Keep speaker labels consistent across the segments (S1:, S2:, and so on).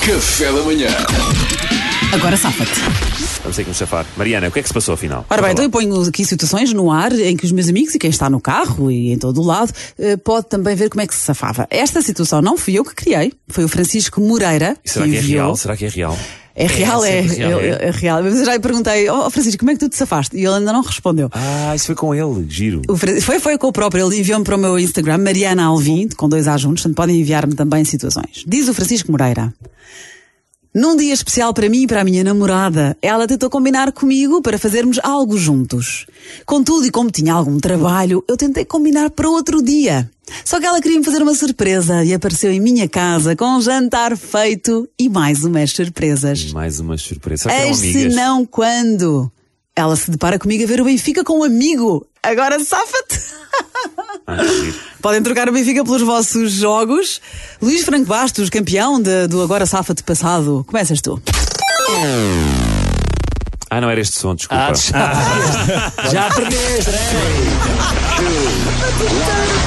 S1: Café da manhã.
S2: Agora safa-te.
S3: Vamos ter que nos safar. Mariana, o que é que se passou afinal?
S2: Ora bem,
S3: Conta
S2: então
S3: lá.
S2: eu ponho aqui situações no ar em que os meus amigos e quem está no carro e em todo o lado eh, pode também ver como é que se safava. Esta situação não fui eu que criei, foi o Francisco Moreira
S3: E Será
S2: que
S3: que é
S2: enviou.
S3: real? Será que é real?
S2: É real, é,
S3: É, sempre real,
S2: é-
S3: é.
S2: é real. Mas eu já lhe perguntei, ó Francisco, como é que tu te safaste? E ele ainda não respondeu.
S3: Ah, isso foi com ele, giro.
S2: O Fran- Foi, foi com o próprio. Ele enviou-me para o meu Instagram, Mariana Alvim, com dois A juntos, portanto podem enviar-me também situações. Diz o Francisco Moreira. Num dia especial para mim e para a minha namorada, ela tentou combinar comigo para fazermos algo juntos. Contudo, e como tinha algum trabalho, eu tentei combinar para outro dia. Só que ela queria me fazer uma surpresa e apareceu em minha casa com um jantar feito e mais umas surpresas.
S3: Mais uma surpresa. Será que eram
S2: Eis se
S3: amigas?
S2: não quando. Ela se depara comigo a ver o Benfica com um amigo. Agora safa-te!
S3: Ah, que giro.
S2: Podem trocar o Benfica pelos vossos jogos. Luís Franco Bastos, campeão de- do Agora Safa-te passado. Começas tu.
S3: Ah, não era este som, desculpa. Ah,
S4: Já aprendeste,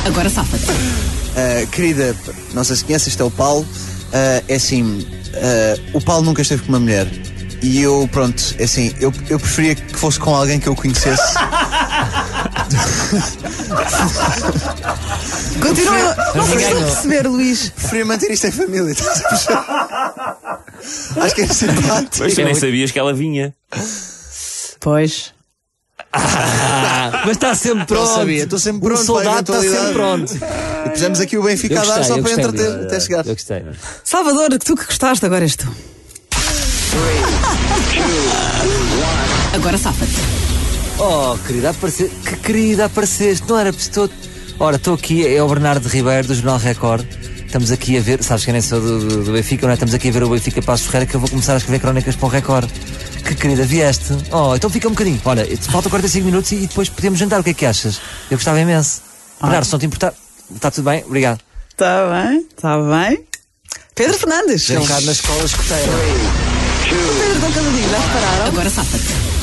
S2: Agora Safa-te.
S5: Uh, querida, não sei se conhece, este é o Paulo. Uh, é assim, uh, o Paulo nunca esteve com uma mulher. E eu, pronto, é assim, eu, eu preferia que fosse com alguém que eu conhecesse.
S2: Continua. Não consigo perceber, Luís.
S5: preferia manter isto em família. estás a perceber? Acho que é simpático.
S3: Mas tu nem sabias que ela vinha.
S2: Pois.
S4: Mas está sempre pronto.
S5: sabia, estou sempre pronto para
S4: O soldado está sempre
S5: eventualidade.
S4: pronto.
S5: E pusemos aqui o Benfica a dar só para entreter
S2: é,
S5: até chegar.
S4: Eu gostei.
S2: Salvador, que tu que gostaste, agora és tu. Agora Safa-te.
S4: Oh, querida, aparece... que querida, apareceste. Não era preciso. Ora, estou aqui, é o Bernardo Ribeiro, do Jornal Record. Estamos aqui a ver, sabes que eu nem sou do, do- do Benfica, não é? Estamos aqui a ver o Benfica Passos Ferreira que eu vou começar a escrever crónicas para o Record. Que querida, vieste. Oh, então fica um bocadinho. Olha, falta 45 minutos e, e depois podemos jantar, o que é que achas? Eu gostava imenso. Bernardo, se não te importar, está tudo bem? Obrigado.
S2: Está Tá bem, está bem. Pedro Fernandes.
S4: Tem um bocado na escola escoteira.
S2: Pedro com cada dia, já repararam? Agora Safa-te.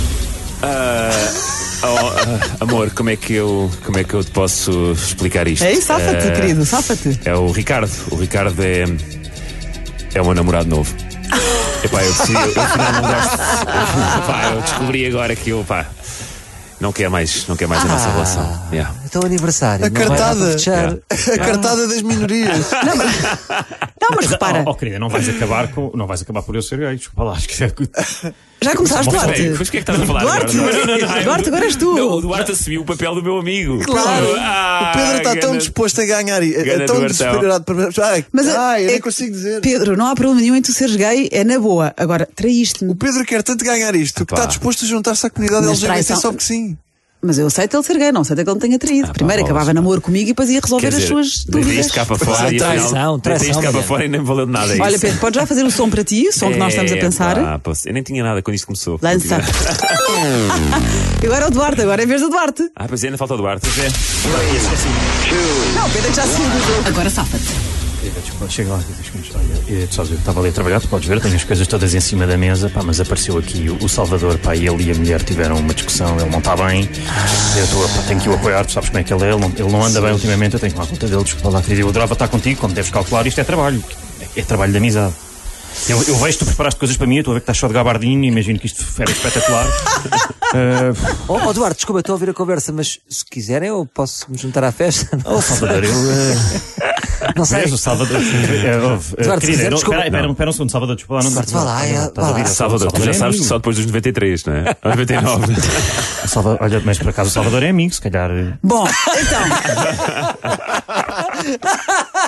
S3: Oh, ah, amor, como é, que eu, como é que eu te posso explicar isto?
S2: É isso, safa-te,
S3: Ah,
S2: querido, safa-te.
S3: É o Ricardo. O Ricardo é. É um namorado novo. Epá, eu, decidi- eu, afinal não gosto. Epá, eu descobri agora que eu, pá, não quer mais, não quer mais a
S2: Ah.
S3: nossa relação. Yeah.
S4: Então aniversário.
S5: A
S4: não vai dar
S5: cartada.
S4: para festejar.
S5: A cartada das minorias.
S2: Não, mas repara,
S6: Oh, oh, querida, não vais acabar com. Não vais acabar por eu ser gay, desculpa lá, acho que
S2: já começaste,
S3: Mas
S2: Duarte.
S3: peraí, mas o que é que estás a falar
S2: Duarte,
S3: agora? Não, não, não, não,
S2: Duarte, agora és tu.
S3: Não, o Duarte assumiu o papel do meu amigo.
S2: Claro. tá
S3: Ah,
S5: o Pedro está tão
S3: ganda-
S5: disposto a ganhar e é
S3: Ganda
S5: tão
S3: Duartão.
S5: desesperado para. Ai,
S2: Mas é-
S5: ai, Ah, eu nem
S2: é-
S5: consigo dizer.
S2: Pedro, não há problema nenhum em tu seres gay, é na boa. Agora, traíste-me.
S5: O Pedro quer tanto ganhar isto que
S3: Epá.
S5: está disposto a juntar-se à comunidade
S2: Mas
S5: LGBT
S2: traição-
S5: só porque sim.
S2: Mas eu aceito ele ser gay, não aceito é que ele me tenha traído.
S3: Ah, pá,
S2: Primeiro
S3: bolas,
S2: acabava
S3: pá.
S2: namoro comigo e depois ia resolver
S3: Quer dizer,
S2: as suas
S3: deitei
S2: dúvidas.
S3: isto cá para fora e
S4: Traição,
S3: afinal, deitei isto
S4: traição,
S3: cá para
S4: Mariana.
S3: fora e nem valeu de nada. é
S2: Olha,
S3: isso.
S2: Pedro, podes já fazer o som para ti, o som que nós estamos a
S3: É,
S2: pensar.
S3: pá, posso- eu nem tinha nada quando isto começou.
S2: Lança.
S3: Não tinha-
S2: agora é o Duarte, agora é vez do Duarte.
S3: Ah, pois é, ainda falta o Duarte. pois é.
S2: Não, Pedro é já se mudou. Agora safa-te.
S6: Desculpa, chega lá, desculpa, olha, eu, tu sabes, eu estava ali a trabalhar, tu podes ver, tenho as coisas todas em cima da mesa, pá, mas apareceu aqui o, o Salvador, pá, e ele e a mulher tiveram uma discussão, ele não está bem, eu tô, a- tenho que o apoiar, tu sabes como é que ele é, ele não, ele não anda bem ultimamente, eu tenho que tomar conta dele, desculpa lá, querido, eu adorava estar contigo, como deves calcular, isto é trabalho, é, é trabalho de amizade. Eu, eu vejo que tu preparaste coisas para mim, eu estou a ver que estás só de gabardinho, imagino que isto era espetacular. Ah,
S4: Oh, oh, Duarte, desculpa, estou a ouvir a conversa, mas se quiserem eu posso me juntar à festa. é?
S6: Oh, Salvador, eu. eh,
S4: Não sei.
S6: Vês o Salvador. eh, ouve, eh,
S4: Duarte,
S6: Querida,
S4: quiser,
S6: não-
S4: desculpa.
S6: espera, espera, espera um segundo, Salvador, desculpa lá. Não,
S4: Duarte,
S6: não-
S4: vá lá,
S6: não-
S4: é,
S6: estás
S4: vá
S6: a
S4: lá.
S6: ouvir? É o
S3: Salvador, tu já
S6: é
S3: sabes que
S6: amigo.
S3: só depois dos 93, não é? Aos 99.
S6: O Salva- Olha, mas por acaso o Salvador é amigo, se calhar. eh,
S2: Bom, então.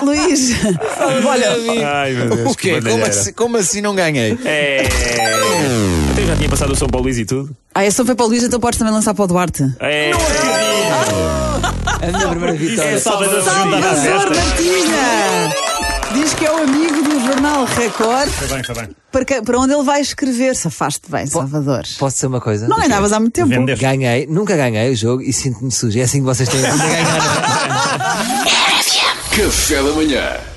S2: Luís,
S5: Olha,
S3: Ai, meu Deus.
S5: o quê? Como
S3: bandalheira.
S5: assim, como assim não ganhei?
S3: É. Até já tinha passado o São Paulo Luís e tudo.
S2: ah, esse som foi para o Luís, então podes também lançar para o Duarte.
S3: É.
S4: A minha primeira vitória.
S3: Salvador se juntar à
S2: Salvador
S3: festa.
S2: Martinha! Diz que é o amigo do jornal Record.
S6: Foi Tá bem, foi bem.
S2: Para, que- para onde ele vai escrever, se afaste bem, Salvador.
S4: Posso dizer uma coisa?
S2: Não é andavas há muito tempo.
S6: Vendeste.
S4: Ganhei, nunca ganhei o jogo e sinto-me sujo. É assim que vocês têm que ganhar.
S1: Café da manhã.